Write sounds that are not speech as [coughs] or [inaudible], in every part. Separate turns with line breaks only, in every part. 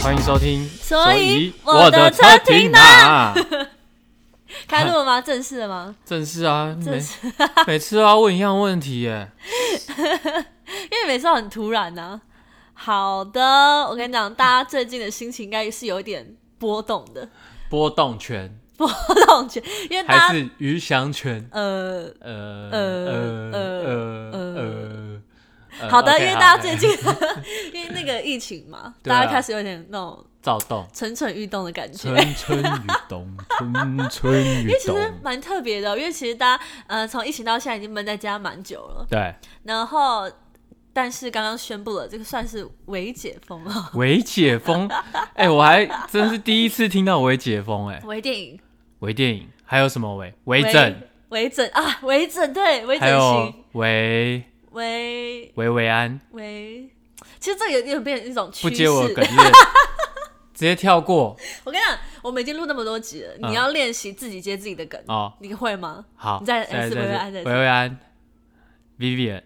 欢迎收听。
所以我
我
的车
车
停
哪？
开录了吗？正式了吗？
啊 [laughs] 正是啊，
正
每
式，
每次都要问一样问题耶。
因为每次都很突然呐、好的，我跟你讲，大家最近的心情应该是有一点波动的， [laughs]
波动拳
波动觉，因为大
还
家
是鱼翔拳？
呃，
呃
呃
呃呃呃
好的，因为大家最
最
近 [laughs] 因为那个疫情嘛，
[laughs] 对啊
大家开始有点那种
[laughs] 躁
[laughs]
动，
蠢蠢欲动的感 [laughs] 觉。
蠢蠢欲
[laughs]
动，蠢蠢欲
因为其实
动。
蛮特别的，哦因为其实大家呃从疫情到现在已经闷在家蛮久了，
对，
然后但是刚刚宣布了这个算是微解封了，
微解封， [laughs] 哎，我还真是第一次听到微解封，哎，
微电影、
微电影还有什么微微整，、
微整啊、微整对、微整
还有
形、
微
微
微微安。
微，其实这有点变成一种趋
不
势。
接我的梗是直接跳过
[laughs] 我跟你讲，我们已经录那么多集了，
嗯
你要练习自己接自己的梗，
哦。
你会吗？
好，
你再来一次
再
薇薇
来
安
一次
再来一次
薇薇安，Vivian，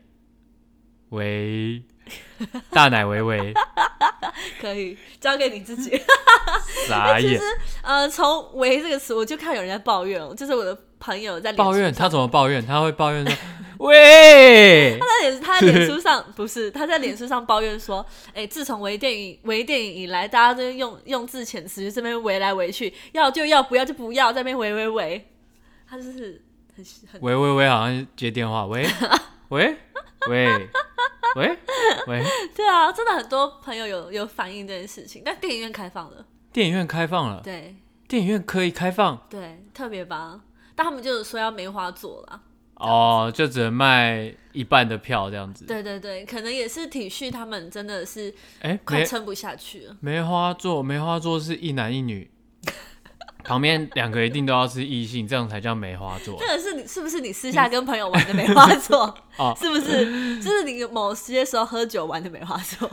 喂，大奶维维，
可以，交给你自己。 [laughs]
傻
其
眼
[laughs] 实，呃，从“为”这个词，我就看有人在抱怨哦，就是我的朋友在脸
抱
书
怨他怎么抱怨？他会抱怨说，喂，
他在脸他在脸书
[laughs]
上不是他在脸书上抱怨说，哎、自从微电影微电影以来，大家都用用字遣词，就这边围来围去，要就要，不要就不要，在那边围围围。他就是很很
喂喂喂，好像接电话，
[laughs]
喂喂喂喂喂，
对啊，真的很多朋友有有反映这件事情，但电影院开放了，
电影院开放了，
对
电影院可以开放
对，特别吧。但他们就是说要梅花座啦，
哦，就只能卖一半的票这样子。
对对对，可能也是体恤他们真的是
哎，
快
没
撑不下去了。
梅花座，梅花座是一男一女，旁边两个一定都要是异性，这样才叫梅花座
这。个是你是不是你私下跟朋友玩的梅花座？
[laughs] 哦
[laughs] 是不是？就是你某些时候喝酒玩的梅花座。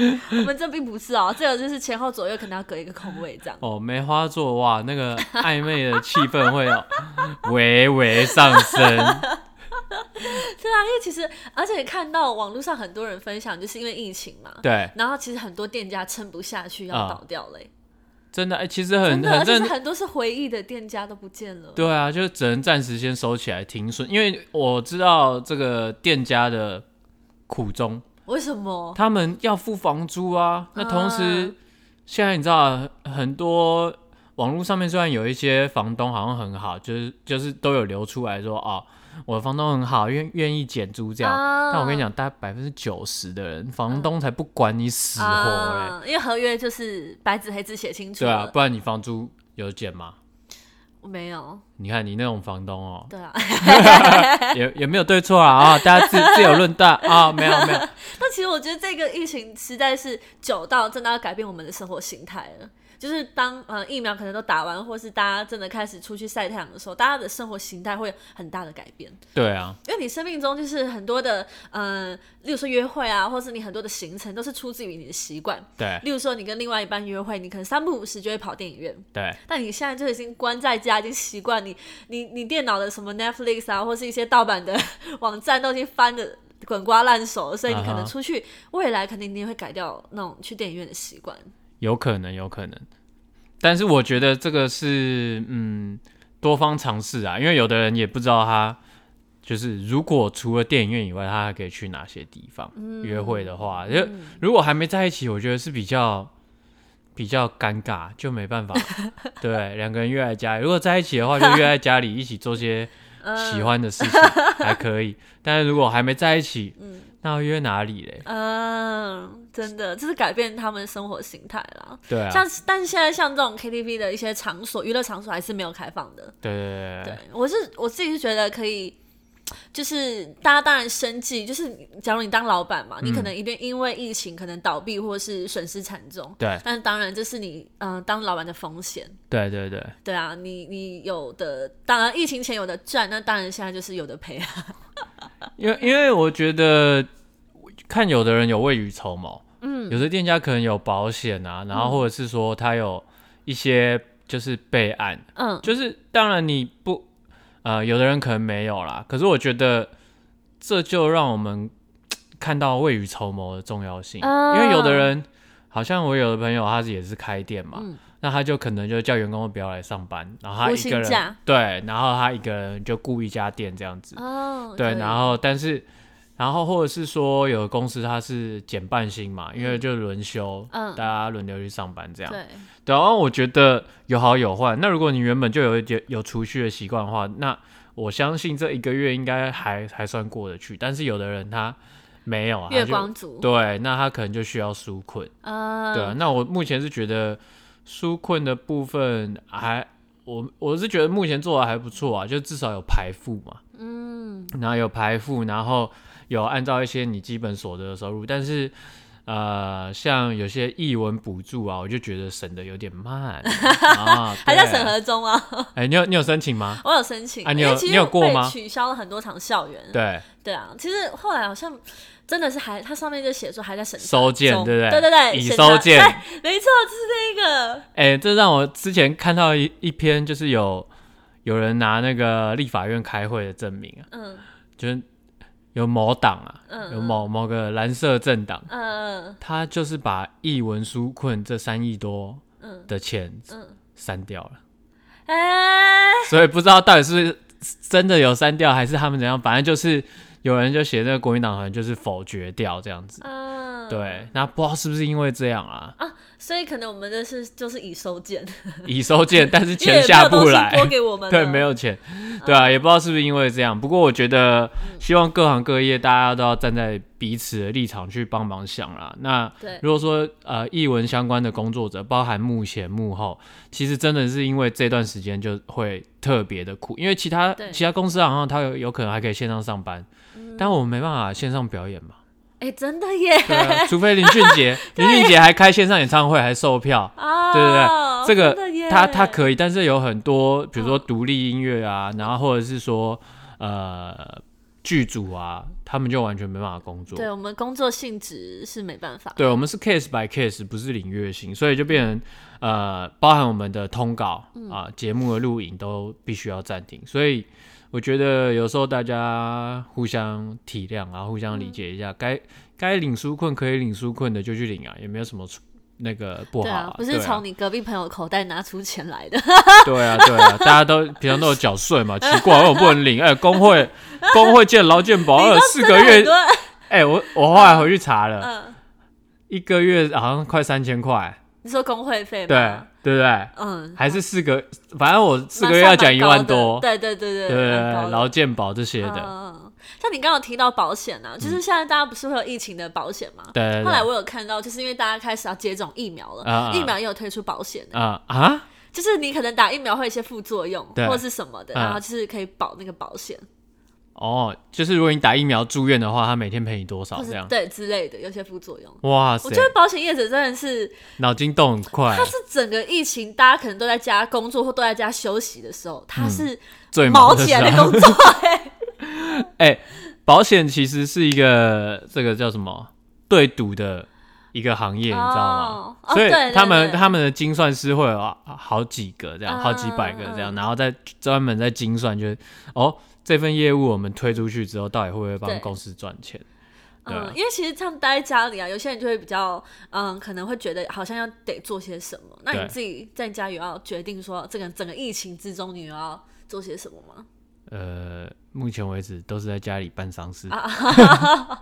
[laughs] 我们这并不是哦，这个就是前后左右可能要隔一个空位这样。
哦，梅花座哇，那个暧昧的气氛会哦 [laughs] 微微上升。
对啊，因为其实而且看到网络上很多人分享，就是因为疫情嘛，
对，
然后其实很多店家撑不下去要
啊
倒掉嘞、
真的哎、其实很
真的，
很
而且
认
是很多是回忆的店家都不见了。
对啊，就只能暂时先收起来停损，因为我知道这个店家的苦衷，
为什么？
他们要付房租啊。那同时，
啊
现在你知道很多网络上面虽然有一些房东好像很好，就是就是都有流出来说哦，我的房东很好，愿愿意减租这样。
啊
但我跟你讲，大概百分之九十的人，房东才不管你死活嘞、
啊，因为合约就是白纸黑字写清楚
欸对啊，
了。
不然你房租有减吗？
我没有，
你看你那种房东
[laughs]
哦，
对啊，
也也没有对错啊啊，大家自自有论断啊，没有没有，
但其实我觉得这个疫情实在是久到真的要改变我们的生活形态了。就是当呃疫苗可能都打完，或是大家真的开始出去晒太阳的时候，大家的生活形态会有很大的改变。
对啊，
因为你生命中就是很多的呃，例如说约会啊，或是你很多的行程都是出自于你的习惯。
对
例如说你跟另外一半约会，你可能三不五时就会跑电影院，
对
但你现在就已经关在家，已经习惯你你你电脑的什么 Netflix 啊，或是一些盗版的网站都已经翻的滚瓜烂熟了，所以你可
啊
能
哈
出去、未来肯定你也会改掉那种去电影院的习惯。
有可能，有可能。但是我觉得这个是嗯多方尝试啊，因为有的人也不知道他就是如果除了电影院以外，他还可以去哪些地方、约会的话，就如果还没在一起，我觉得是比较比较尴尬，就没办法。对，两个人约在家里，如果在一起的话，就约在家里一起做些喜欢的事情，还可以。但是如果还没在一起，那要约哪里嘞？
嗯，真的，这是改变他们生活形态啦。
对啊，
像，但是现在像这种 KTV 的一些场所、娱乐场所还是没有开放的。
对对对
对，我是我自己是觉得可以，就是大家当然生计，就是假如你当老板嘛，你
嗯
可能一定因为疫情可能倒闭或是损失惨重，
对
但当然这是你嗯、呃当老板的风险，
对对对。
对啊，你你有的当然疫情前有的赚，那当然现在就是有的赔啊，
因
嗯
为因为我觉得看有的人有未雨绸缪，嗯，有的店家可能有保险啊，然后或者是说他有一些就是备案，
嗯，
就是当然你不，呃，有的人可能没有啦，可是我觉得这就让我们看到未雨绸缪的重要性，
啊
因为有的人好像我有的朋友他也是开店嘛，
嗯
那他就可能就叫员工不要来上班，然后他
无
一个
薪
人
假
对，然后他一个人就雇一家店这样子，
哦，
对，
可以
然后但是。然后或者是说，有的公司它是减半薪嘛，因为就轮休，
嗯
大家轮流去上班这样。
对，
对啊，然后我觉得有好有坏。那如果你原本就有一点有储蓄的习惯的话，那我相信这一个月应该还还算过得去。但是有的人他没有啊，他
月
就
光族，
对，那他可能就需要纾困。
嗯，
对啊，那我目前是觉得纾困的部分还我我是觉得目前做的还不错啊，就至少有排付嘛。
嗯，
然后有排付，然后有按照一些你基本所得的收入，但是呃，像有些译文补助啊，我就觉得审的有点
[laughs]
慢啊，
还在
对
审。核中啊，
哎，你有你有申请吗？
我有申请，
啊你
因为
有
其
你
实
有过
被
吗
取消了很多场校园，
对，
对啊，其实后来好像真的是还，它上面就写说还在审查
收件
中
对不对
对对对，
已
审查
收件
对，没错，就是那个，
哎，这让我之前看到一一篇，就是有有人拿那个立法院开会的证明啊，
嗯
就是有某党啊，
嗯
有某某个蓝色政党，
嗯
他就是把译文纾困这三亿多
嗯
的钱
嗯，
删掉了。
哎、
所以不知道到底是真的有删掉，还是他们怎样，反正就是有人就写这个国民党好像就是否决掉这样子。
嗯，，
对，那不知道是不是因为这样啊，
所以可能我们这是就是已
[laughs]
收件，
已收
[laughs]
件，但是
因
钱
为
下
也没有
不
东西嗯
来，
拨给我们，
对，没，有钱，对啊，也不知道是不是因为这样。不过我觉得，
嗯
希望各行各业大家都要站在彼此的立场去帮忙想啦。那
对
如果说呃，译文相关的工作者，包含幕前幕后，其实真的是因为这段时间就会特别的苦，因为其他
对嗯
其他公司好像他有有可能还可以线上上班，但我们没办法线上表演
[laughs]
嘛，
哎、真的耶，
对
[laughs]
啊，除非林俊杰，林俊杰还开线上演唱会还售票，
啊，
对对对这个
真的耶嗯
他他可以，但是有很多，比如说独立音乐啊，然后或者是说呃剧组啊，他们就完全没办法工作。
对我们工作性质是没办法，
对，我们是 case by case，不是领月薪，所以就变成呃，包含我们的通稿
嗯
啊、节、目的录影都必须要暂停。所以我觉得有时候大家互相体谅啊，互
嗯
相理解一下，该该、领纾困可以领纾困的就去领啊，也没有什么出那个不好、
对啊，不是
对啊
从你隔壁朋友口袋拿出钱来的，
对啊，对啊，大家都平常都有缴税嘛，奇怪，为什么不能领？哎、工会工会建劳健保
你
二
说
四
真
个
的很
月，
多， [laughs]
哎、我我后来回去查了，
嗯，
一个月好像快三千块，
你说工会费吗？
对对不对？
嗯，
还是四个，反正我四
蛮
个月
算
要缴
蛮
一
高
万
的
多，
对对
对
对
对对，
蛮高的
劳健保这些的，
嗯，像你刚刚有提到保险啊，就是现在大家不是会有疫情的保险吗？
对对
后来
对，
我有看到，就是因为大家开始要接种疫苗了，
啊啊
疫苗也有推出保险的，
啊啊，
就是你可能打疫苗会有一些副作用
对
或是什么的，
啊
然后就是可以保那个保险，
哦，就是如果你打疫苗住院的话，他每天赔你多
或
少
是
这样？
对之类的，有些副作用。
哇塞
我觉，得保险业者真的是，
脑筋动很快
他，是整个疫情，大家可能都在家工作或都在家休息的时候，他是
最
毛
忙时
起来的
候
工作、哎，
哎、保险其实是一个这个叫什么对赌的一个行业， [laughs] 你知道吗
哦？哦
所以
对对
他们
对
他们的精算师会有啊好几个这样，
嗯
好几百个这
嗯
样，
嗯
然后再专门在精算，就是哦这份业务我们推出去之后，到底会不会帮
对
公司赚钱？对啊
嗯，因为其实像待在家里啊，有些人就会比较，嗯，可能会觉得好像要得做些什么。那
对
你自己在家也要决定说，这个整个疫情之中，你又要做些什么吗？ [coughs]
呃，目前为止都是在家里办丧事，
啊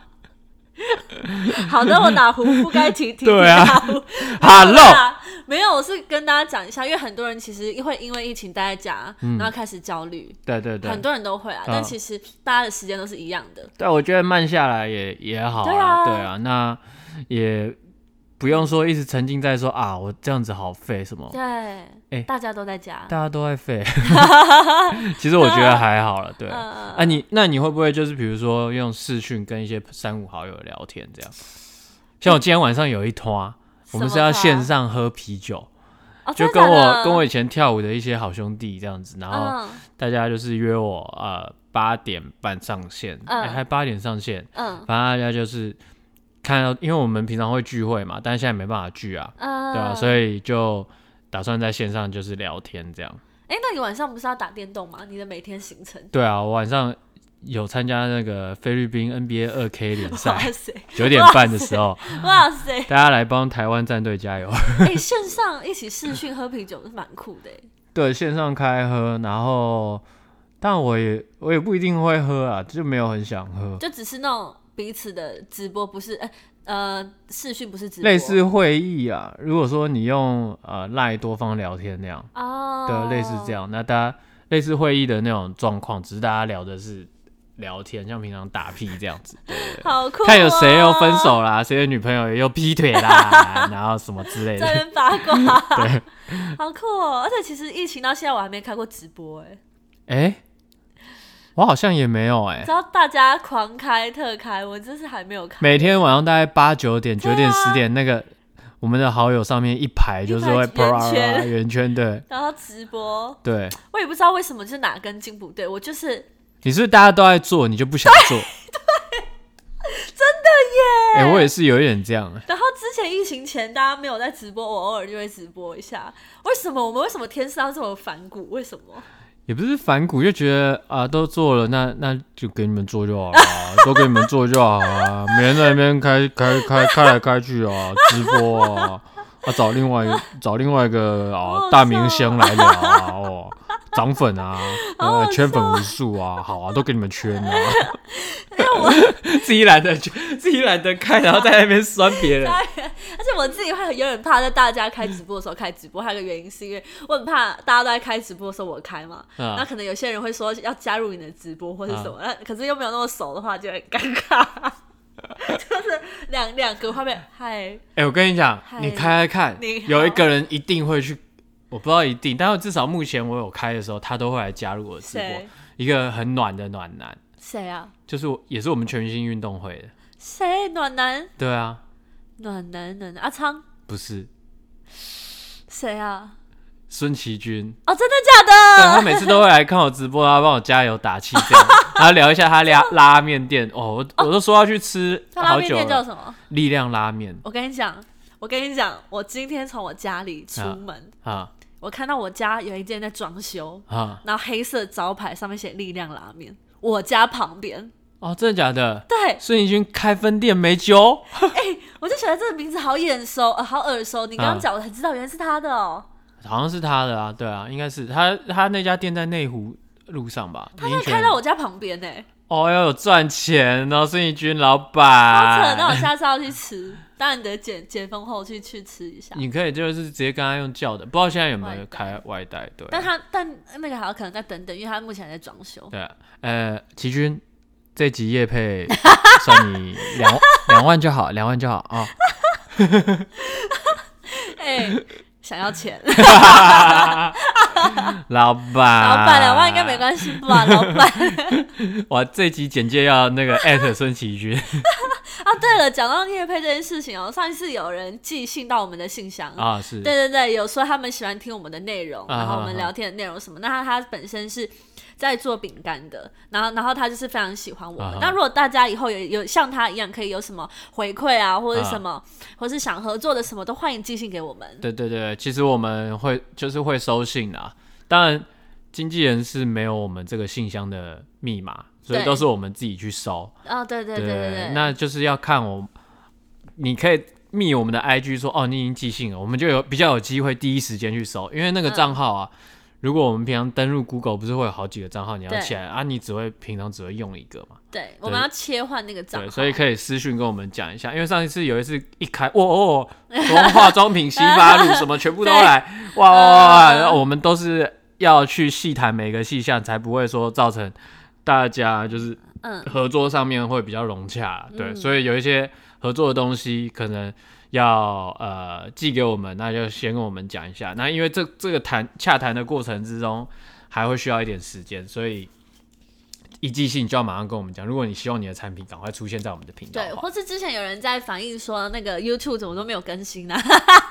好的，我哪壶不该提提
对啊
哪壶。
Hello
啦没有，我是跟大家讲一下，因为很多人其实会因为疫情待在家，然后开始焦虑，
对对嗯对
很。多人都会啊。
嗯
但其实大家的时间都是一样的，
对，我觉得慢下来也也好
对啊
对啊，那也不用说一直沉浸在说啊，我这样子好废什么，
对，啊
哎
大家都在家。
哦大家都在
[laughs]
废。其实我觉得还好了，对。
嗯
啊，
嗯，
你那你会不会就是比如说用视讯跟一些三五好友聊天这样？像我今天晚上有一团，我们是要线上喝啤酒，
哦
就
真的
跟
假
我
的
跟我以哦前跳舞的一些好兄弟这样子，然后
嗯
大家就是约我呃八点半上线，
嗯
哎还八点上线，
嗯
反正大家就是看到，因为我们平常会聚会嘛，但是现在没办法聚啊，
嗯，
对啊，所以就打算在线上就是聊天这样。
哎、那你晚上不是要打电动吗？你的每天行程？
对啊，我晚上有参加那个菲律宾 NBA 二 K 联
[laughs] 哇
赛，
塞，
九点半的时候，
哇塞！
大家来帮台湾战队加油。 [laughs]
哎、线上一起视讯喝啤酒是蛮酷的、欸。
对，线上开喝，然后但我也我也不一定会喝啊，就没有很想喝。
就只是那种彼此的直播，不是呃呃视讯，不是直播，
类似会议啊，如果说你用呃赖多方聊天那样
哦，
的类似这。样，那大家类似会议的那种状况，只是大家聊的是聊天，像平常打屁这样
[laughs]
子，对对对
好酷、哦
看有谁又分，手啦，谁的女朋友又劈腿啦， [laughs] 然后什么之类
在那
的。
边
[laughs]
八卦， [laughs] 好酷哦！而且其实疫情到现在我还没开过直播、欸，
哎、我好像也没有哎、
哎，知道大家狂开特开，我真是还没有开，
每天晚上大概八九点、
对啊
九点、十点，那个我们的好友上面一排就是会
一排圆圈
啪圆圈，对
然后直播，
对。
我也不知道为什么，就是哪根筋不对，我就是
你是不是大家都在做，你就不想
[laughs]
做？对，真的耶！哎、我也是有一点这样、
然后之前疫情前大家没有在直播，我偶尔就会直播一下。为什么我们为什么天生要这么反骨？为什么？
也不是反骨，就觉得啊、都做了，那那就给你们做就好了 [laughs] 啊、都给你们做就好了啊、每天在那边开开开开来开去啊，直播啊，啊找另外一个找另外一个
好好
啊
笑
大明星来聊啊，哦，涨粉啊，
好好
呃，
笑
圈粉无数啊，好啊，都给你们圈
[laughs]
啊。 [laughs] 自己懒得去，自己懒得开，然后在那边酸别人。
而且我自己会有点怕在大家开直播的时候开直播，还有一个原因是因为我很怕大家都在开直播的时候我开嘛。
嗯
那可能有些人会说要加入你的直播或是什么，
啊
那、可是又没有那么熟的话就很尴尬。 [laughs] 就是两两个画面，嗨，
哎、我跟你讲，
嗨
你开开看
你，好
有一个人一定会去，我不知道一定，但是至少目前我有开的时候，他都会来加入我的直播
谁。
一个很暖的暖男，
谁啊？
就是我也是我们全明星运动会的。
谁？暖男，
对啊，
暖男，暖男，阿昌，
不是
谁啊？
孙奇
[laughs]
军，
哦，真的假
对
的？
他每次都会来看我直播，然后帮我加油打气这样，然后聊一下他拉拉面店。哦，我我都说要去吃
[laughs] 哦他拉
好
面
久
店叫
了，
什么？
力量拉面
我跟你讲，我跟你讲，我今天从我家里出门，
啊
我看到我家有一间在装修，
啊！
然后黑色招牌上面写“力量拉面”，我家旁边。
哦，真的假的？
对，
孙奇军开分店没久，
哎我就觉得这个名字好眼熟，呃，好耳熟。你刚刚讲，我才知道原来是他的哦、
好像是他的啊，对啊，应该是他他那家店在内湖路上吧？
他
民
现在
权
开到我家旁边呢、
哦，要有赚钱，然后孙怡君老
好扯！那我
板，
下次要去吃，当然得解解封后去去吃一下。
你可以就是直接跟他用叫的，不知道现在有没有开外带？对，啊
但他但那个还要可能再等等，因为他目前还在装修。
[laughs] 对啊，呃，齐君这集夜配算你两 [laughs] 两万就好，两万就好
[laughs]
啊、
哎、想要钱，
老板，
老
老
板两万应该没关系吧，老板。 [laughs]
系。哇，这集简介要那个艾特孙奇君
啊，对了，讲到夜配这件事情哦，上一次有人寄信到我们的信箱。哦
啊，是
对对对，有说他们喜欢听我们的内容，
啊
然后我们
啊
聊天的内容什么。那他他本身是在做饼干的，然后然后他就是非常喜欢我
啊
们
啊。
那如果大家以后有有像他一样可以有什么回馈啊，或者什么，或是想合作的什么，都欢迎寄信给我们。
对对对，其实我们会就是会收信啊，当然经纪人是没有我们这个信箱的密码，所以
对
都是我们自己去收。
啊，对对对对对，
那就是要看我，你可以密我们的 IG 说哦，你已经寄信了，我们就有比较有机会第一时间去搜，因为那
嗯
个账号啊，如果我们平常登录 Google 不是会有好几个账号你要
对
起来啊，你只会平常只会用一个嘛，
对，我们要切换那个账
对，
号，
所以可以私讯跟我们讲一下，因为上一次有一次一开，哇哦，从化妆品、洗发
[laughs]
露什么全部都来，哇哇哇哇，
嗯
然后我们都是要去细谈每个细项，才不会说造成大家就是
嗯，
合作上面会比较融洽，对，
嗯
所以有一些合作的东西可能要呃寄给我们，那就先跟我们讲一下。那因为这这个谈洽谈的过程之中，还会需要一点时间，所以一寄信就要马上跟我们讲。如果你希望你的产品赶快出现在我们的频道 [laughs]
对，
的话，
或是之前有人在反映说那个 YouTube 怎么都没有更新呢、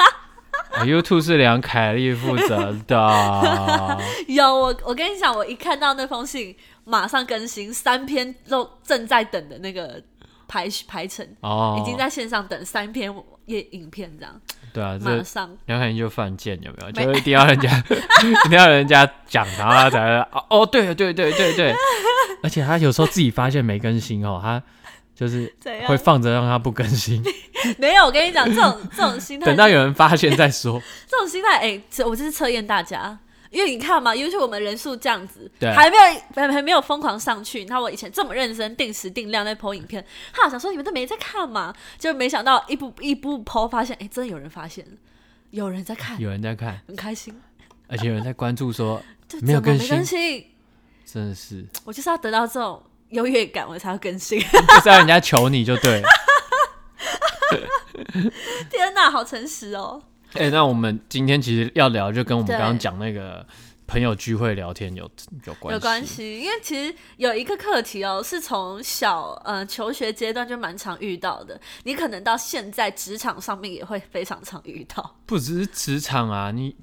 啊 YouTube 是梁凯丽负责的，
[laughs] 有我，我跟你讲，我一看到那封信，马上更新三篇都正在等的那个排排程，
哦，
已经在线上等三篇夜影片这样，
对啊，
[laughs] 马
这
上
梁凯英就犯贱，有没有？就一定要人家，
[laughs]
[laughs] 一定要人家讲，然后他才会哦哦，对对对对对，而且他有时候自己发现没更新哦，他就是
怎样
会？放着让他不更新，
[laughs] 没有，我跟你讲，这
[laughs]
种这种心态，
等到有人发现再说。
这种心态，哎、这我这是测验大家，因为你看嘛，尤其我们人数这样子，
对
还没有还还没有疯狂上去。那我以前这么认真、定时定量在剖影片，哈，想说你们都没在看嘛，就没想到一步一步剖，发现哎、真的有人发现了，有人在看，
有人在看，
很开心。
而且有人在关注说，
就
没有
怎
更
么没
新
更新，
真的是
我就是要得到这种优越感，我才要更新。 [laughs]
就是要人家求你就对了。
天哪，好诚实哦！
[laughs] 哎、那我们今天其实要聊，就跟我们
对
刚刚讲那个朋友聚会聊天有有关
有关。系，因为其实有一个课题哦，是从小呃求学阶段就蛮常遇到的，你可能到现在职场上面也会非常常遇到。
不只是职场啊，你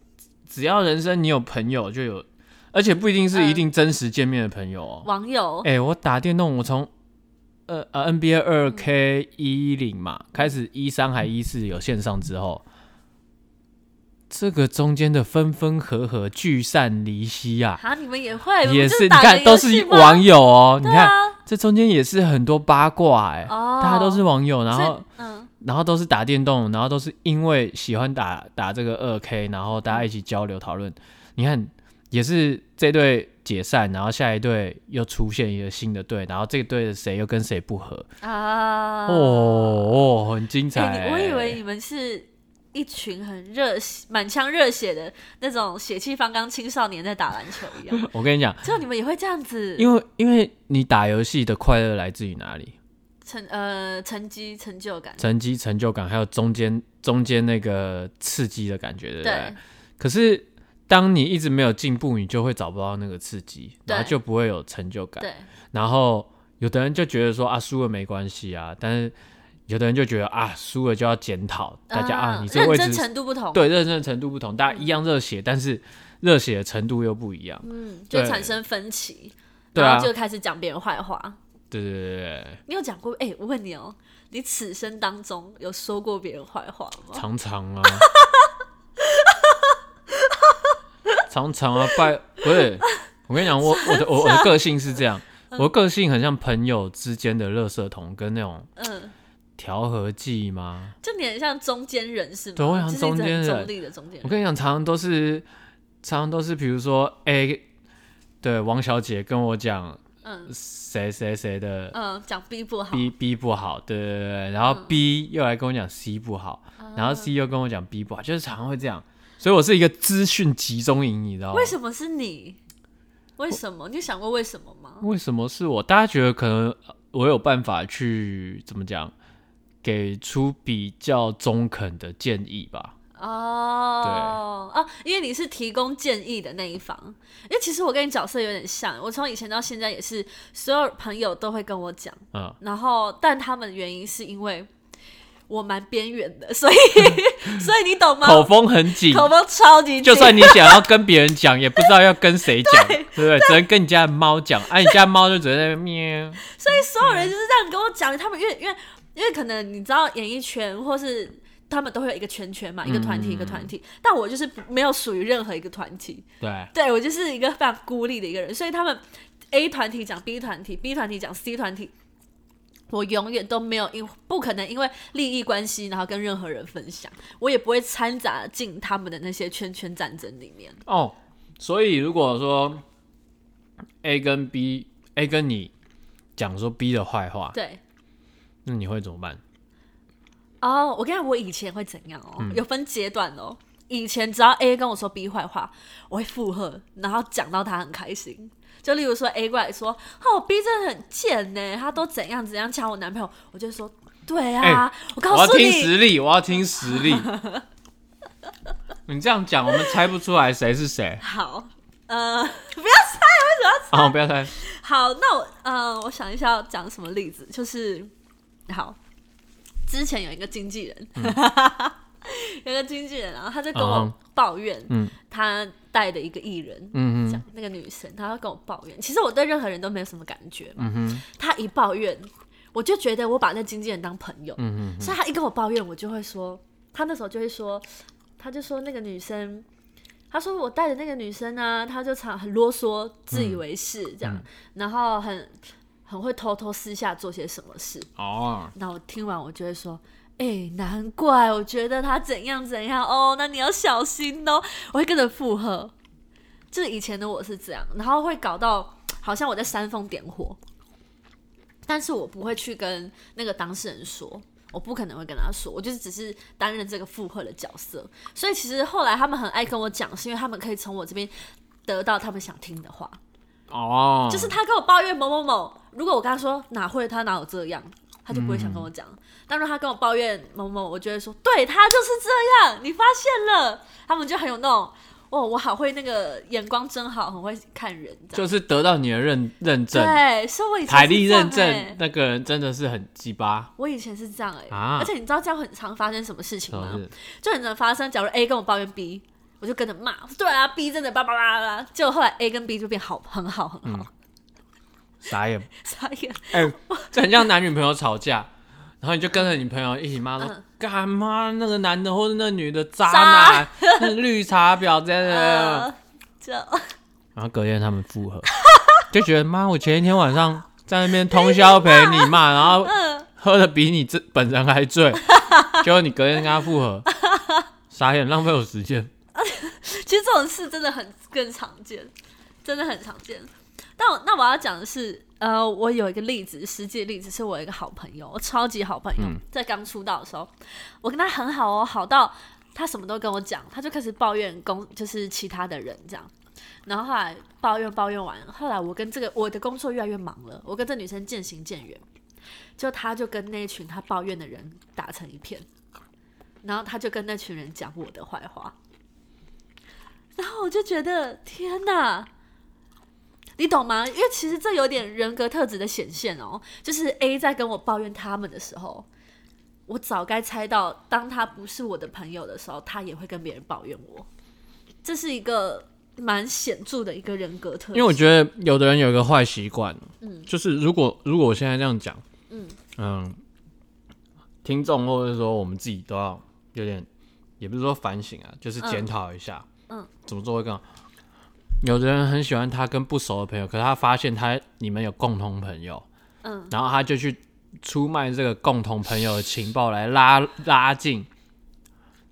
只要人生你有朋友就有，而且不一定是
嗯
一定真实见面的朋友哦。
网友，
哎、我打电动，我从呃呃 NBA 二 K 一零嘛开始，一三还一四有线上之后，这个中间的分分合合、聚散离析啊，
啊，你们也会，
也
不就是
你
打
看
个
都
游
是
戏吗
网友哦，你
对
看
啊，
这中间也是很多八卦哎、
哦
大家都是网友，然
所
后
以嗯，
然后都是打电动，然后都是因为喜欢打打这个二 K，然后大家一起交流讨论。你看，也是这队解散，然后下一队又出现一个新的队，然后这队的谁又跟谁不合，
啊，
哦哦，很精彩、
哎、你我以为你们是。一群很热血、满腔热血的那种血气方刚青少年在打篮球一
[laughs]
样，
我跟你讲，
就你们也会这样子，
因为因为你打游戏的快乐来自于哪里？
成呃成绩成就感，
成绩、成就感，还有中间中间那个刺激的感觉，对不对
对？
可是当你一直没有进步，你就会找不到那个刺激，
对
然后就不会有成就感。
对，
然后有的人就觉得说啊，输了没关系啊，但是有的人就觉得啊，输了就要检讨，大家啊，你这个
认
位
真
置
程度不同，
对认真程度不同，大家一样热血，但是热血的程度又不一样。
嗯，就
对
产生分歧，
对
然
啊
后，就开始讲别人坏话。
对对对对对，
你有讲过？哎、我问你哦、你此生当中有说过别人坏话吗？
常常啊， [laughs] 常常啊，拜不是，我跟你讲，我我的我我的个性是这样，我
啊
的个性很像朋友之间的垃圾桶跟那种
嗯，
调和剂吗？
就你很像中间人是吗？
对我很像
就是一直
中
很
间人
中立的中间
我
人。
跟你讲，常常都是，常常都是，比如说，哎、对，王小姐跟我讲
嗯
谁谁谁的
嗯，讲 B 不好，
B B 不好，对对对对，然
嗯
后 B 又来跟我讲 C 不好，然后
哦
C 又跟我讲 B 不好，就是常常会这样，所以我是一个资讯集中营，你知道吗
为？什么是你？为什么？你有想过为什么吗？
为什么是我？大家觉得可能我有办法去怎么讲，给出比较中肯的建议吧？
哦，哦，因为你是提供建议的那一方，因为其实我跟你角色有点像，我从以前到现在也是，所有朋友都会跟我讲，
嗯，
然后，但他们的原因是因为我蛮边缘的，所以 [laughs] 所以你懂吗？
口风很紧，
口风超级紧
就算你想要跟别人
[laughs]
讲，也不知道要跟谁讲，对不对？只能跟你家的猫讲，哎、啊，你家猫就只能在那边喵。
所以所有人就是这样跟我讲，他们因为因为因为可能你知道演艺圈或是。他们都会有一个圈圈嘛，一个团体一个团体，但我就是不没有属于任何一个团体，
对，
对我就是一个非常孤立的一个人，所以他们 A 团体讲 B 团体，B 团体讲 C 团体，我永远都没有因不可能因为利益关系，然后跟任何人分享，我也不会掺杂进他们的那些圈圈战争里面。
哦，所以如果说 A 跟 B，A 跟你讲说 B 的坏话，
对，
那你会怎么办？
哦，我跟你讲，我以前会怎样哦？
嗯
有分阶段哦。以前只要 A 跟我说 B 坏话，我会附和，然后讲到他很开心。就例如说 A 过来说：“哦，B 真的很贱呢，他都怎样怎样抢我男朋友。”我就说：“对啊，我
哎我
告
要
诉
听
你，
实力，我要听实力。 [laughs] 你这样讲，我们猜不出来谁是谁。
好，呃， [laughs]
哦，不要猜。
好，那我，呃，我想一下要讲什么例子，就是，好，之前有一个经纪人， [laughs] 有一个经纪人，然后他就跟我
嗯
抱怨，
嗯
他带的一个艺人，
嗯
讲
哼，
那个女生，她要跟我抱怨，其实我对任何人都没有什么感觉嘛，
嗯哼，
她一抱怨，我就觉得我把那经纪人当朋友，
嗯嗯
所以他一跟我抱怨，我就会说，他那时候就会说，他就说那个女生，他说我带的那个女生啊，她就常很啰嗦、自
嗯
以为是这样，然后很很会偷偷私下做些什么事。
哦，
那我听完我就会说。哎、难怪我觉得她怎样怎样哦，那你要小心哦。我会跟着附和，就是以前的我是这样，然后会搞到好像我在煽风点火，但是我不会去跟那个当事人说，我不可能会跟他说，我就是只是担任这个附和的角色。所以其实后来他们很爱跟我讲，是因为他们可以从我这边得到他们想听的话。
哦，
就是他跟我抱怨某某某，如果我跟他说哪会他哪有这样，他就不会想
嗯
跟我讲。但如果他跟我抱怨某某某，我就会说，对他就是这样，你发现了，他们就很有那种，哦，我好会那个眼光真好，很会看人这样。
就是得到你的认认证，
对，所以我以前
台
是
历
这样
认证
欸，
那个人真的是很鸡巴，
我以前是这样哎、
啊
而且你知道这样很常发生什么事情
是不
吗？
是？
就很常发生，假如 A 跟我抱怨 B，我就跟着骂，对啊，B 真的叭叭叭叭，结果后来 A 跟 B 就变好，很好，很
嗯
好，
傻眼，
傻眼。
哎、 [laughs] 这很像男女朋友吵架，然后你就跟着你朋友一起骂说
嗯，
干嘛那个男的或者那女的渣男，那个绿茶婊这样这样，
呃，就
然后隔天他们复合， [laughs] 就觉得妈，我前一天晚上在那边通宵陪你骂，然后
嗯。
喝的比你这本人还醉，结果你隔天跟他复合，傻眼，浪费我时间。
[laughs] 其实这种事真的很更常见，真的很常见。但我那我要讲的是，呃，我有一个例子，实际的例子是我一个好朋友，我超级好朋友，在刚出道的时候，我跟他很好哦，好到他什么都跟我讲，他就开始抱怨工，就是其他的人这样。然后后来抱怨抱怨完，后来我跟这个我的工作越来越忙了，我跟这女生渐行渐远，就他就跟那群他抱怨的人打成一片，然后他就跟那群人讲我的坏话，然后我就觉得天哪，你懂吗？因为其实这有点人格特质的显现哦。就是 A 在跟我抱怨他们的时候，我早该猜到，当他不是我的朋友的时候，他也会跟别人抱怨我。这是一个蛮显著的一个人格特质，嗯
因为我觉得有的人有一个坏习惯，就是如果如果我现在这样讲，嗯听众或者说我们自己都要有点，也不是说反省啊，就是检讨一下，
嗯
怎么做会更好。有的人很喜欢他跟不熟的朋友，可是他发现他你们有共同朋友，
嗯，
然后他就去出卖这个共同朋友的情报来拉拉近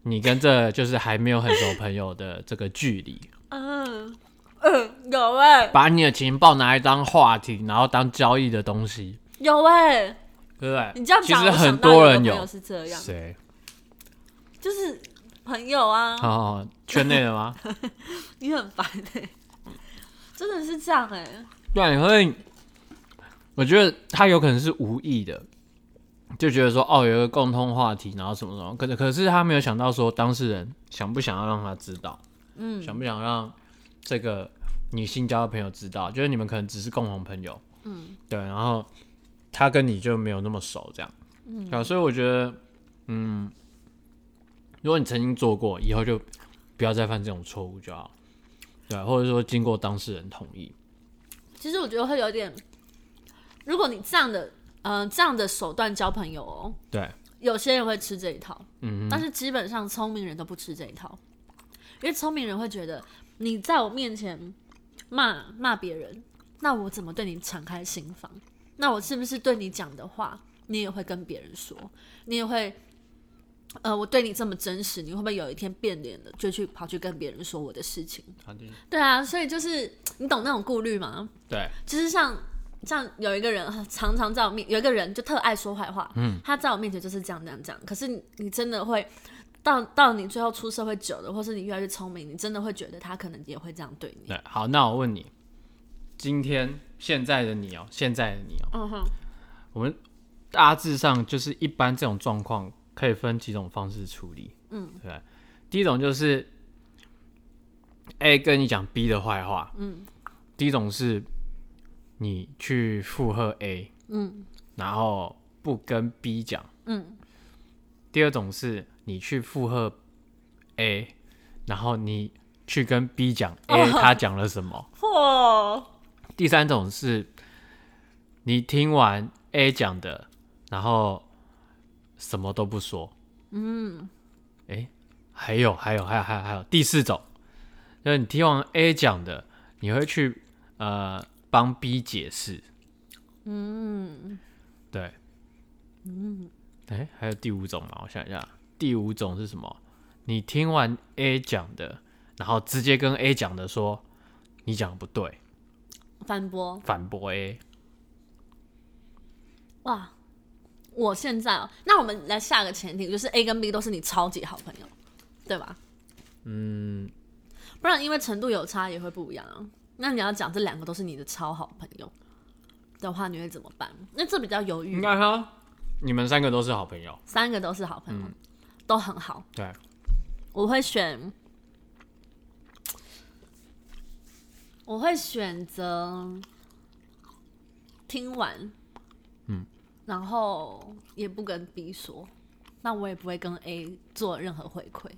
你跟这就是还没有很熟朋友的这个距离。
嗯嗯，有哎、
把你的情报拿来当话题，然后当交易的东西，
有哎、
对不对？
你这样
其
讲，
实
我想
很
到
多
有
人
个
有
朋友是这样，
谁？
就是朋友啊，
哦，圈内的吗？
你很烦哎、 [laughs] 真的是这样哎、
对啊，你会，我觉得他有可能是无意的，就觉得说哦，有一个共通话题，然后什么什么，可可是他没有想到说当事人想不想要让他知道，嗯，想不想让这个你新交的朋友知道，就是你们可能只是共同朋友，嗯，对，然后他跟你就没有那么熟，这样，嗯，啊，所以我觉得，嗯，如果你曾经做过，以后就不要再犯这种错误就好，对，啊或者说经过当事人同意，
其实我觉得会有点，如果你这样的呃这样的手段交朋友哦，
对。
有些人会吃这一套，
嗯哼
但是基本上聪明人都不吃这一套，因为聪明人会觉得你在我面前骂骂别人，那我怎么对你敞开心房？那我是不是对你讲的话，你也会跟别人说，你也会，呃，我对你这么真实，你会不会有一天变脸了，就去跑去跟别人说我的事情？
好的
对啊，所以就是你懂那种顾虑吗？
对，
就是像像有一个人呃常常在我面，有一个人就特爱说坏话，嗯，他在我面前就是这样这样这样，可是你你真的会到到你最后出社会久了，或是你越来越聪明，你真的会觉得他可能也会这样对你，
对，好，那我问你，今天现在的你哦、现在的你哦、
嗯哼，
我们大致上就是一般这种状况可以分几种方式处理，嗯，对吧。第一种就是 A 跟你讲 B 的坏话，嗯，第一种是你去附和 A，嗯，然后不跟 B 讲，
嗯，
第二种是你去附和 A，然后你去跟 B 讲 A 他讲了什么。
嚯，
第三种是你听完 A 讲的，然后什么都不说。嗯，哎，还有还有还有还有还有第四种，就是你听完 A 讲的，你会去呃帮 B 解释。嗯，对。嗯，哎，还有第五种嘛？我想一下，第五种是什么？你听完 A 讲的，然后直接跟 A 讲的说你讲的不对，
反驳
反驳欸 A。
哇！我现在、哦，那我们来下个前提，就是 A 跟 B 都是你超级好朋友，对吧？
嗯，
不然因为程度有差也会不一样啊。那你要讲这两个都是你的超好朋友的话，你会怎么办？那这比较犹豫
应。该哈，你们三个都是好朋友。
三个都是好朋友，都很好，
对，
我会选，我会选择听完，嗯，然后也不跟 B 说，那我也不会跟 A 做任何回馈。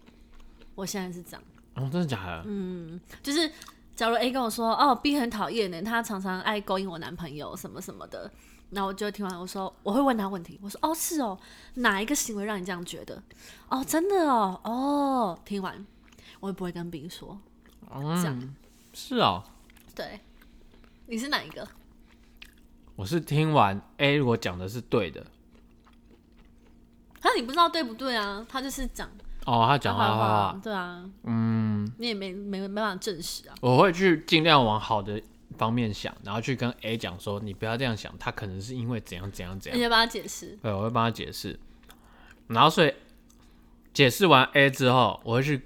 我现在是这样，
哦，真的假的？
就是假如 A 跟我说，哦，B 很讨厌呢，他常常爱勾引我男朋友什么什么的，那我就听完我说，我会问他问题，我说，哦，是哦，哪一个行为让你这样觉得？哦，真的哦，哦，听完我也不会跟 B 说，
嗯
这样、
是哦，
对，你是哪一个？啊
我是听完 A 如果讲的是对的，
他你不知道对不对啊？他就是讲
哦，他讲
坏
坏话，
对啊，
嗯，
你也没没没办法证实啊，
我会去尽量往好的方面想，然后去跟 A 讲说，你不要这样想，他可能是因为怎样怎样怎
你
样，
要帮他解释，
对，我会帮他解释，然后所以解释完 A 之后，我会去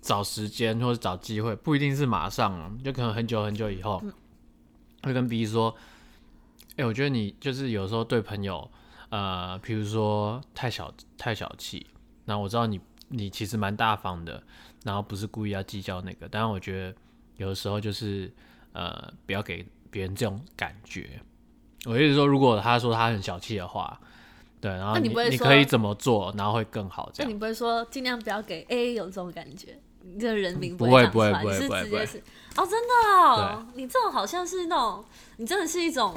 找时间或者找机会，不一定是马上哦，就可能很久很久以
嗯
后，会跟 B 说，哎、我觉得你就是有时候对朋友，呃，比如说太小太小气，那我知道你你其实蛮大方的，然后不是故意要计较那个，但是我觉得有的时候就是呃，不要给别人这种感觉。我意思是说，如果他说他很小气的话，对，然后
那你
你
不会说
可以怎么做，然后会更好这
那
样
你。不会说尽量不要给 A 有这种感觉？你这个人名
嗯不
会
会
讲出来，
不会
你
不
是
会
直
不
接
会
是哦，真的哦，你这种好像是那种，你真的是一种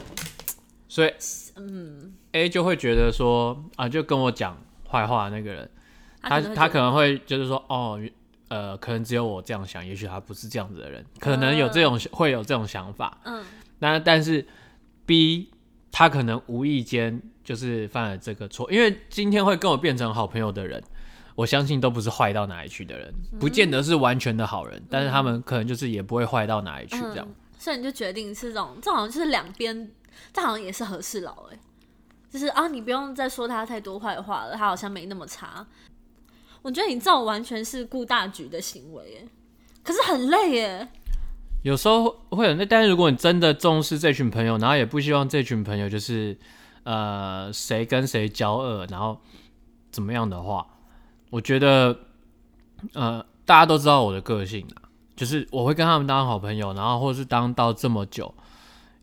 所以，嗯，A 就会觉得说啊，就跟我讲坏话的那个人，他
可能会
他
觉
可能会就是说，哦，呃，可能只有我这样想，也许他不是这样子的人，可能有这种、会有这种想法。
得嗯
那但是 B 他可能无意间就是犯了这个错，因为今天会跟我变成好朋友的人，我相信都不是坏到哪里去的人，
嗯
不见得是完全的好人，但是他们可能就是也不会坏到哪里去这样。
嗯，所以你就决定是这种，这好像就是两边，这好像也是和事佬哎、就是啊，你不用再说他太多坏话了，他好像没那么差。我觉得你这种完全是顾大局的行为哎、可是很累欸耶、
有时候会有那，但是如果你真的重视这群朋友，然后也不希望这群朋友就是呃谁跟谁交恶，然后怎么样的话，我觉得呃大家都知道我的个性啊，就是我会跟他们当好朋友，然后或是当到这么久，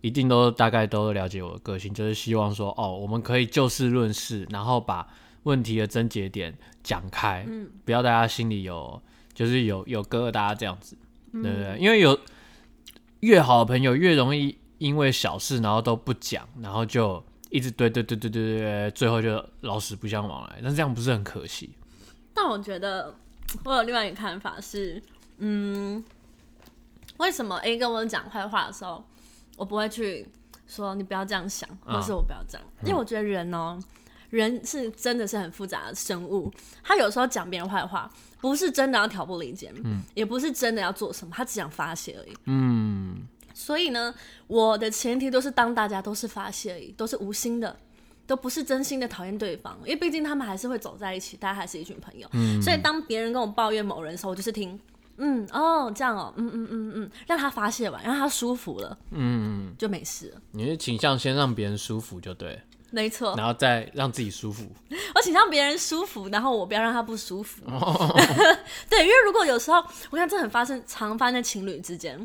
一定都大概都了解我的个性，就是希望说哦，我们可以就事论事，然后把问题的症结点讲开，嗯，不要大家心里有就是有有疙瘩这样子，对不对？因为有越好的朋友越容易因为小事然后都不讲，然后就一直对对对对对对，最后就老死不相往来，那这样不是很可惜？
但我觉得我有另外一个看法是，嗯，为什么 A 跟我讲坏话的时候，我不会去说你不要这样想，
嗯
或是我不要这样，因为我觉得人哦、人是真的是很复杂的生物，他有时候讲别人坏话，不是真的要挑拨离间，也不是真的要做什么，他只想发泄而已。
嗯，
所以呢，我的前提都是当大家都是发泄而已，都是无心的，都不是真心的讨厌对方，因为毕竟他们还是会走在一起，大家还是一群朋友。所以当别人跟我抱怨某人的时候，我就是听，嗯，哦，这样哦，嗯嗯嗯嗯，让他发泄完，让他舒服了，嗯，就没事了。
你是倾向先让别人舒服就对，
没错，
然后再让自己舒服。
我请让别人舒服，然后我不要让他不舒服。 [laughs] 对，因为如果有时候，我看这很发生，常发生在情侣之间。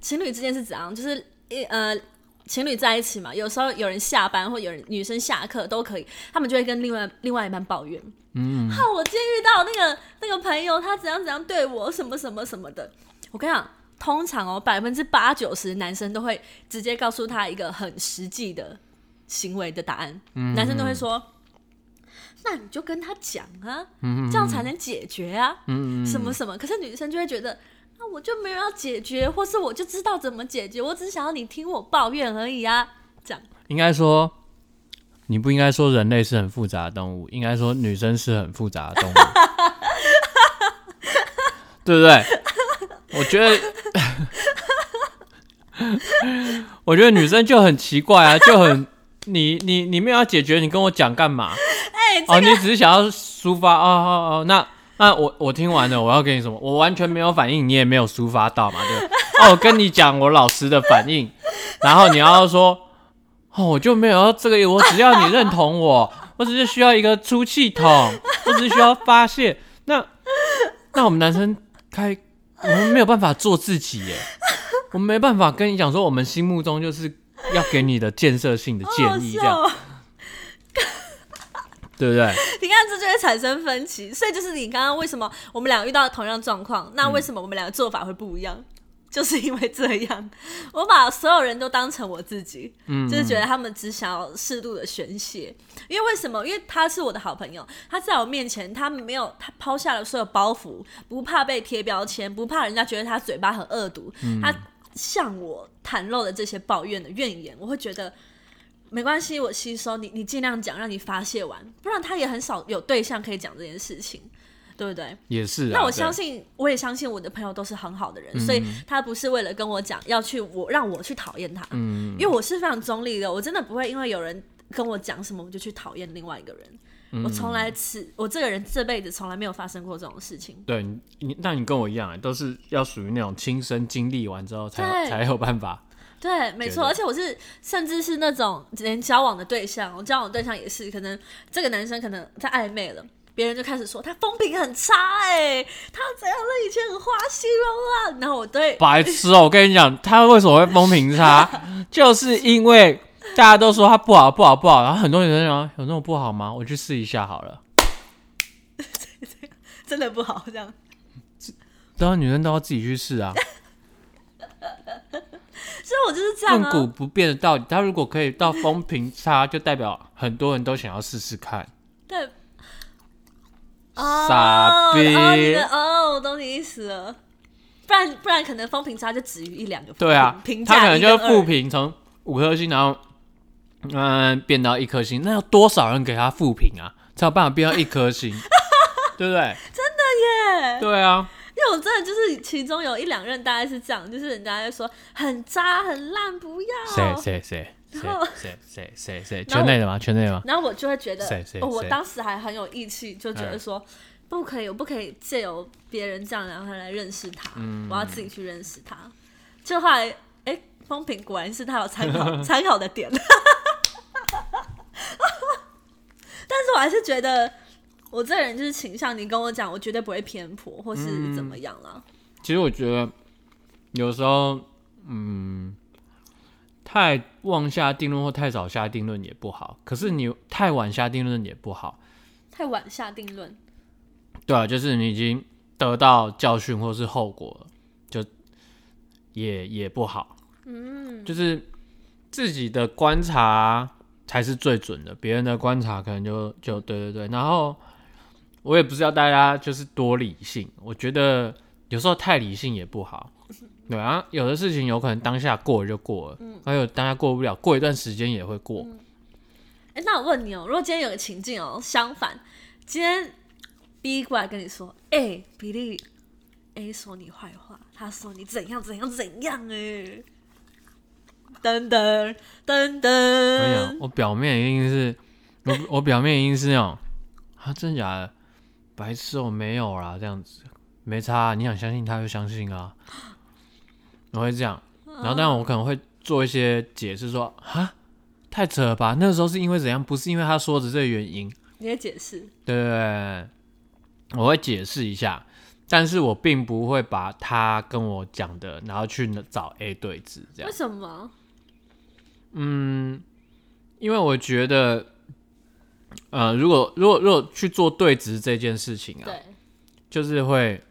情侣之间是怎样？就是一呃，情侣在一起嘛，有时候有人下班或有人女生下课都可以，他们就会跟另外另外一半抱怨，嗯，哈、我今天遇到那个那个朋友，他怎样怎样对我，什么什么什么的。我跟你讲，通常哦，百分之八九十男生都会直接告诉他一个很实际的行为的答案，男生都会说。那你就跟他讲啊，
嗯
这样才能解决啊，什么什么。可是女生就会觉得，那我就没有要解决，或是我就知道怎么解决，我只是想要你听我抱怨而已啊。这样
应该说，你不应该说人类是很复杂的动物，应该说女生是很复杂的动物，对不对？我觉得，我觉得女生就很奇怪啊，就很你你你没有要解决，你跟我讲干嘛？
哎 [laughs]
哦，你只是想要抒发哦哦哦，那那我我听完了，我要给你什么？我完全没有反应，你也没有抒发到嘛，
[laughs]
对不对？哦，我跟你讲我老师的反应，然后你要说哦，我就没有要这个，我只要你认同我， [laughs] 我只是需要一个出气筒，我只是需要发泄。那那我们男生开，我们没有办法做自己耶，我们没办法跟你讲说我们心目中就是要给你的建设性的建议，这
好
样
好笑哦
对不对？
[laughs] 你看，这就会产生分歧，所以就是你刚刚为什么我们俩遇到同样状况，那为什么我们俩的做法会不一样？就是因为这样，我把所有人都当成我自己，
嗯
就是觉得他们只想要适度的宣泄。因为为什么？因为他是我的好朋友，他在我面前，他没有他抛下了所有包袱，不怕被贴标签，不怕人家觉得他嘴巴很恶毒，他向我袒露的这些抱怨的怨言，我会觉得没关系，我吸收你，你尽量讲，让你发泄完，不然他也很少有对象可以讲这件事情，对不对？
也是啊。
那我
对
相信，我也相信我的朋友都是很好的人，所以他不是为了跟我讲要去我让我去讨厌他，因为我是非常中立的，我真的不会因为有人跟我讲什么我就去讨厌另外一个人。我从来此，我这个人这辈子从来没有发生过这种事情。
对你你，那你跟我一样欸，都是要属于那种亲身经历完之后才有
对
才有办法。
对，没错，
对
而且我是甚至是那种连交往的对象，我交往的对象也是，可能这个男生可能在暧昧了。别人就开始说他风评很差哎、他怎样了？以前很花心哦啊，然后我对
白痴哦、我跟你讲，他为什么会风评差， [laughs] 就是因为大家都说他不好，不好，不好，然后很多人讲啊有那么不好吗？我去试一下好了。
真的不好
[laughs]
这样，
当啊然，女生都要自己去试啊，
所以我就是这样
亘
啊。
古不变的道理。他如果可以到风评差，就代表很多人都想要试试看。
对，
傻逼
哦哦你的哦，我懂你意思了。不然不然，可能风评差就止于一两个
对啊
[laughs] 评，
他
价
可能
一
就是
跟
负
二
评，从五颗星，然后嗯变到一颗星，那要多少人给他负评啊，才有办法变到一颗
[laughs]
星，对不
哎
对？真的耶！对啊，
因为我真的就是其中有一两任大概是这样，就是人家就说很渣很烂，不要。
谁谁谁谁
然后
谁谁谁谁，
哦然后
圈内的吗？圈内的吗？
然后我就会觉得
谁谁，
哦我
谁嗯
当时还很有义气，就觉得说。不可以，我不可以借由别人这样，然后来认识他。
嗯
我要自己去认识他。就后来，哎、风评果然是他有
[laughs]
参考参考的点。但 [laughs] 是我还是觉得，我这个人就是倾向你跟我讲，我绝对不会偏颇或
嗯
是怎么样啦。
其实我觉得有时候，嗯，太妄下定论或太早下定论也不好，可是你太晚下定论也不好。
太晚下定论，
对啊，就是你已经得到教训或是后果了，就也也不好。嗯，就是自己的观察才是最准的，别人的观察可能就就对对对。然后我也不是要大家就是多理性，我觉得有时候太理性也不好。对啊，有的事情有可能当下过了就过了，还有当下过不了，过一段时间也会过。
哎、那我问你哦、如果今天有个情境哦、相反，今天 B 过来跟你说，哎、比利，A 说你坏话，他说你怎样怎样怎样哎、噔噔
我
噔
跟你讲
噔，
啊我表面一定是，我我表面一定是那种，啊，真的假的？白痴哦，没有啦，这样子没差啊、你想相信他就相信啊，我会这样，然后但我可能会做一些解释说，啊，太扯了吧，那时候是因为怎样，不是因为他说的这个原因，
你也解释，
对对对对，我会解释一下，但是我并不会把他跟我讲的，然后去找 A 对峙这样
为。什么？
嗯，因为我觉得，呃，如果如果如果去做对质这件事情啊，
对，
就是会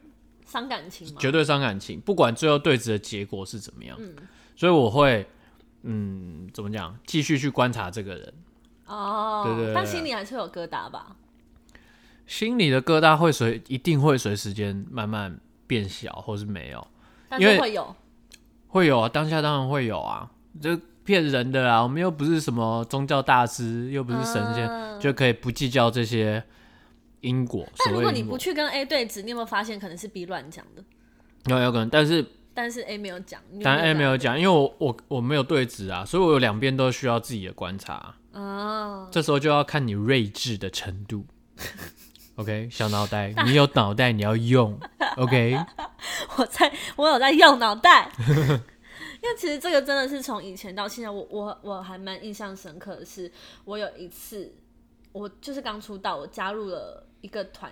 伤感情嘛。
绝对伤感情，不管最后对峙的结果是怎么样，
嗯
所以我会，嗯，怎么讲，继续去观察这个人，
哦，
对对对
但
对
心里还是会有疙瘩吧？
心里的疙瘩会随一定会随时间慢慢变小，或是没有，
但
因为
是会有，
会有啊，当下当然会有啊，这骗人的啊啦，我们又不是什么宗教大师，又不是神仙，
嗯
就可以不计较这些因果。
但如
所
果
谓
你
因果
不去跟 A 对峙，你有没有发现可能是 B 乱讲的？
有有可能，但是
但是 A 没有讲，你有
当然 A
没
没
有
有讲，因为我我我没有对质啊，所以我有两边都需要自己的观察啊、
讲哦，
这时候就要看你睿智的程度。OK，小脑
[laughs]
袋，你有脑袋你要用。OK，
我在我有在用脑袋， [laughs] 因为其实这个真的是从以前到现在，我我我还蛮印象深刻的是，我有一次我就是刚出道，我加入了一个团，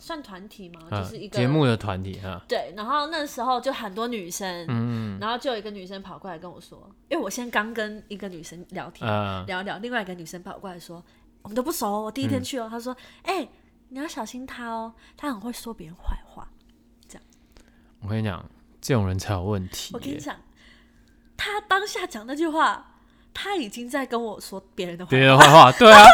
算团体吗？
啊
就是一，个
节目的团体啊哈，
对，然后那时候就很多女生，
嗯
然后就有一个女生跑过来跟我说，因为我先刚跟一个女生聊天，
呃，
聊聊，另外一个女生跑过来说，我们都不熟哦，我第一
嗯
天去哦，她说，哎、你要小心她哦，她很会说别人坏话。
我跟你讲，这种人才有问题
我跟你
耶。
讲，他当下讲那句话，他已经在跟我说别人的话。
别人坏话，对
[laughs]
啊。
他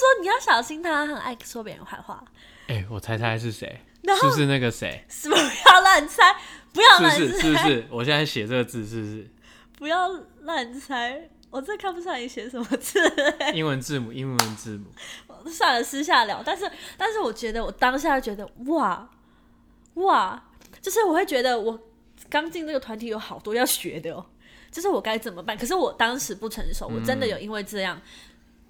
说你要小心他，很爱说别人坏话，
哎、我猜猜是谁？
然
是不是那个谁？
是不是不要乱猜，不要
是不
乱
是？是不
猜，
是？我现在写这个字是不是？
不要乱猜。我真的看不出来你写什么字， [laughs]
英文字母，英文字母。
算了，私下聊。但是，但是我觉得我当下觉得哇哇，就是我会觉得我刚进这个团体有好多要学的哦，就是我该怎么办？可是我当时不成熟，我真
嗯
的有因为这样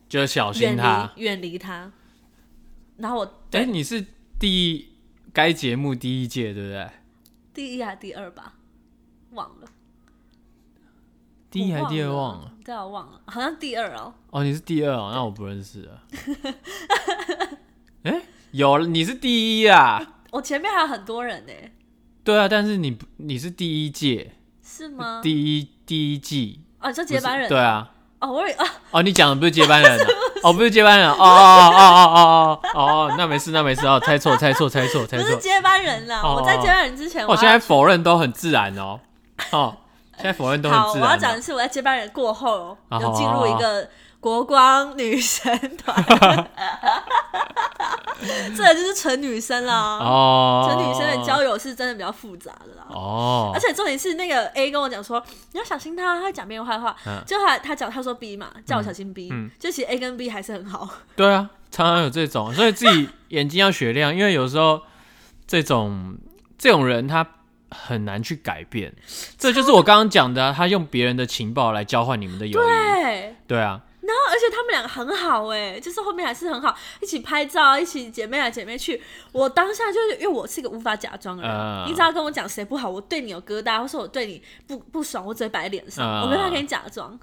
就小
远
心他
离。远离他。然后我
哎、
对、
你是第一该节目第一届对不对？
第一还是第二吧，忘了，
第一还
我
是第二忘
忘
了？，
对啊，忘了，好像第二哦，
哦，你是第二、哦，那我不认识了。哎、有了，你是第一啊。
我前面还有很多人呢、
对啊，但是你不你是第一届，
是吗？
第一第一季
哦，你说
不是
接班人？
对啊。
哦，我以为哦，
哦，你讲的不是接班人、啊，哦，不是接班人，哦哦哦哦哦哦哦哦，那没事，那没事，哦，猜错，猜错，猜错，猜
不
错
是。接班人啦，
哦
我在接班人之前，
哦，
我
现在
要
否认都很自然哦，哦，现在否认都很
好，
自
我
然、哦。
要讲的是我在接班人过后
哦
有进入一个国光女神
[laughs]
团，这就是纯女生啦，
哦，
纯女生的交友是真的比较复杂的啦。
哦，
而且重点是那个 A 跟我讲说，你要小心他，他会讲别人坏话。
嗯
就后来他讲，他说 B 嘛，叫我小心 B、
嗯
就其实 A 跟 B 还是很好。
对啊，常常有这种，所以自己眼睛要雪亮，因为有时候这种这种人他很难去改变，这就是我刚刚讲的啊、他用别人的情报来交换你们的友谊，
对，
对啊，
然后而且他们两个很好哎、就是后面还是很好，一起拍照，一起姐妹来姐妹去。我当下就是因为我是一个无法假装的人，
嗯
你只要跟我讲谁不好，我对你有疙瘩，或是我对你不不爽，我直接摆在脸上，
嗯
我没办法给你假装。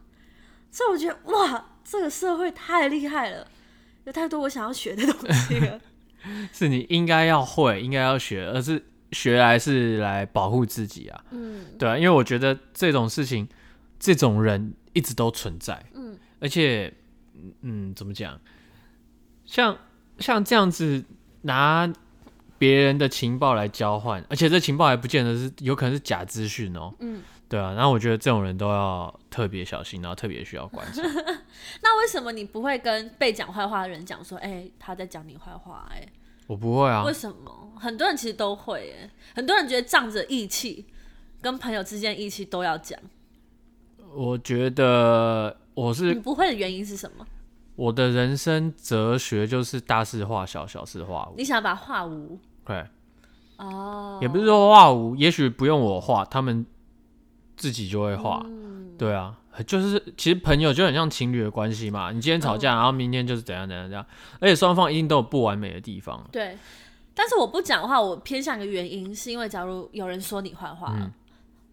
所以我觉得哇，这个社会太厉害了，有太多我想要学的东西了。
是你应该要会，应该要学，而是学来是来保护自己啊，
嗯。
对啊，因为我觉得这种事情，这种人一直都存在，
嗯，
而且，嗯嗯，怎么讲，像像这样子拿别人的情报来交换，而且这情报还不见得是，有可能是假资讯哦，
嗯，
对啊，然后我觉得这种人都要特别小心，然后特别需要观察，
那为什么你不会跟被讲坏话的人讲说，哎、他在讲你坏话、
我不会
哎、
啊
为，什么？很多人其实都会、哎，很多人觉得仗着义气，跟朋友之间义气都要讲。
我觉得我
你
是
不会的原因是什么？
我的人生哲学就是大事化小，小事化无，
你想把话无
对。
哦，
也不是说画无，也许不用我画，他们自己就会画。
嗯
对啊，就是其实朋友就很像情侣的关系嘛。你今天吵
嗯
架，然后明天就是怎样怎样怎样，而且双方一定都有不完美的地方。
对。但是我不讲的话，我偏向一个原因，是因为假如有人说你坏话了，
嗯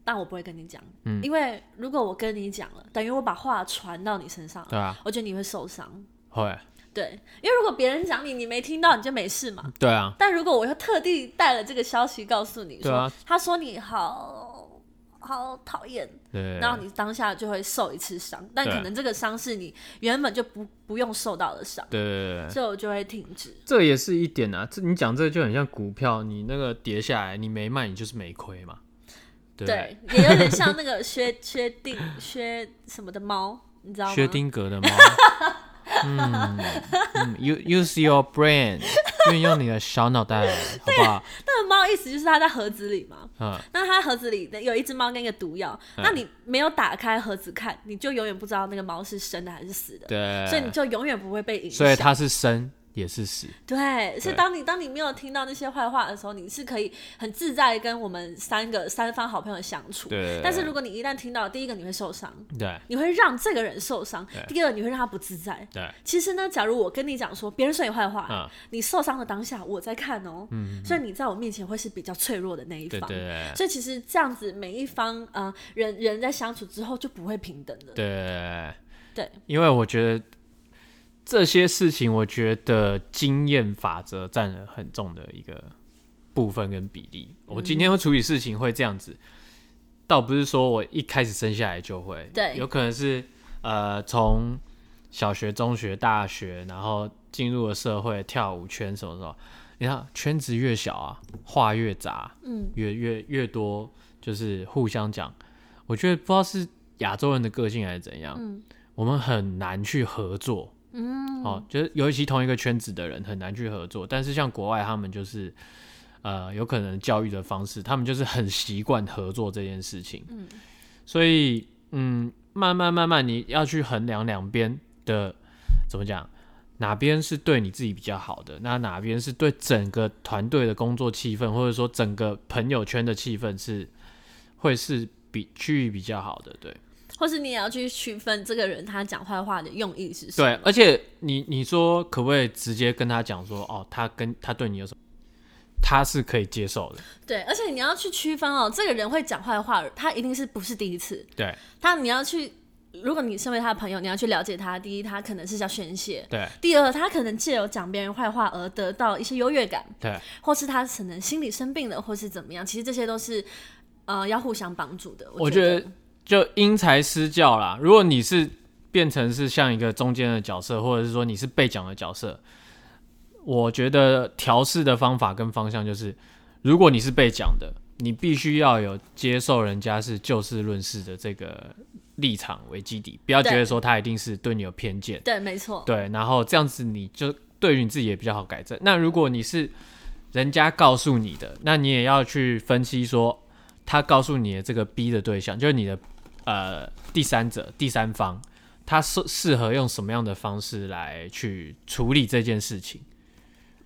但我不会跟你讲，
嗯
因为如果我跟你讲了，等于我把话传到你身上了，
对啊，
我觉得你会受伤。
会，
对，因为如果别人讲你，你没听到，你就没事嘛。
对啊，
但如果我又特地带了这个消息告诉你
对
说，
啊
他说你好好讨厌，
对，
然后你当下就会受一次伤，但
对
可能这个伤是你原本就不不用受到的伤，
对对对对，
就就会停止。
这也是一点啊。这你讲这个就很像股票，你那个跌下来，你没卖，你就是没亏嘛，对不啊对？
对，也有点像那个 [laughs] 薛薛定薛什么的猫，你知道吗？
薛定谔的猫，嗯嗯，you use your brain，运 [laughs] 用你的小脑袋，好不好？
那个猫意思就是它在盒子里嘛。
嗯，
那它盒子里的有一只猫跟一个毒药，那你没有打开盒子看，你就永远不知道那个猫是生的还是死的，
对，
所以你就永远不会被影响。
所以它是生也是死，
对，所以
对
当你当你没有听到那些坏话的时候，你是可以很自在地跟我们三个三方好朋友相处。
对
但是如果你一旦听到，第一个你会受伤，
对
你会让这个人受伤；
对
第二，你会让他不自在。
对，
其实呢，假如我跟你讲说别人说你坏话，
嗯，
你受伤的当下我在看哦、所以你在我面前会是比较脆弱的那一
对
方。
对对
所以其实这样子，每一方呃人人在相处之后就不会平等的。
对
对，
因为我觉得这些事情，我觉得经验法则占了很重的一个部分跟比例。我今天会处理事情会这样子，倒不是说我一开始生下来就会，
对
有可能是呃从小学、中学、大学，然后进入了社会，跳舞圈什么什么。你看圈子越小啊，话越杂，
嗯，
越越越多，就是互相讲。我觉得不知道是亚洲人的个性还是怎样，
嗯
我们很难去合作。
嗯，
哦，就是尤其同一个圈子的人很难去合作。但是像国外，他们就是呃，有可能教育的方式，他们就是很习惯合作这件事情。
嗯，
所以嗯，慢慢慢慢，你要去衡量两边的怎么讲。哪边是对你自己比较好的？那哪边是对整个团队的工作气氛，或者说整个朋友圈的气氛是会是比区域比较好的？对，
或是你也要去区分这个人他讲坏话的用意是什么。
对，而且你你说可不可以直接跟他讲说，哦，他跟他对你有什么，他是可以接受的，
对，而且你要去区分哦，这个人会讲坏话，他一定是不是第一次？
对
他你要去，如果你身为他的朋友，你要去了解他。第一，他可能是要宣泄；
对
第二，他可能借由讲别人坏话而得到一些优越感，
对
或是他可能心理生病了，或是怎么样。其实这些都是呃要互相帮助的。
我
觉
觉得就因材施教啦。如果你是变成是像一个中间的角色，或者是说你是被讲的角色，我觉得调试的方法跟方向就是，如果你是被讲的，你必须要有接受人家是就事论事的这个立场为基底，不要觉
对
得说他一定是对你有偏见。
对，没错，
对，然后这样子你就对于你自己也比较好改正。那如果你是人家告诉你的，那你也要去分析说他告诉你的这个 B 的对象，就是你的呃第三者、第三方，他适适合用什么样的方式来去处理这件事情。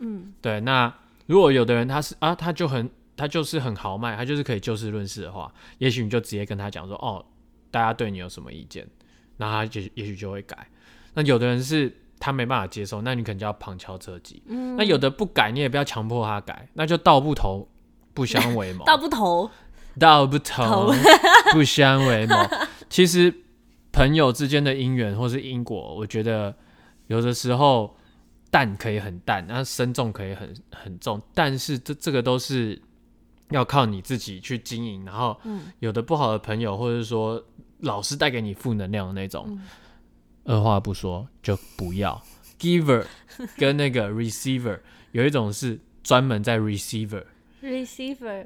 嗯，对。那如果有的人他是啊，他就很他就是很豪迈，他就是可以就事论事的话，也许你就直接跟他讲说，哦，大家对你有什么意见，那他也也许就会改。那有的人是他没办法接受，那你可能就要旁敲侧击。嗯，那有的不改，你也不要强迫他改，那就道不同不相为
[laughs]
谋，
道不同，
道不
头
同不相为谋。其实朋友之间的因缘或是因果，我觉得有的时候淡可以很淡，那深重可以很很重，但是这这个都是要靠你自己去经营。然后有的不好的朋友，或者说老是带给你负能量的那种，二话不说就不要。Giver 跟那个 receiver 有一种是专门在 receiver，
receiver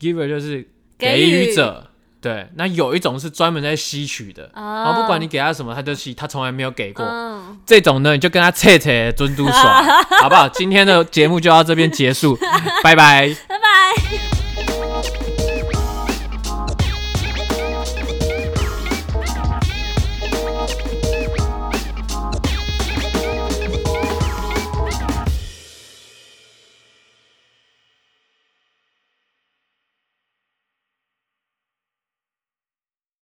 giver 就是
给
给
予
予者，对。那有一种是专门在吸取的，
啊
然后不管你给他什么，他就吸，他从来没有给过。
嗯，
这种呢，你就
[laughs]
跟他切切尊嘟爽，好不好？今天的节目就到这边结束，拜拜。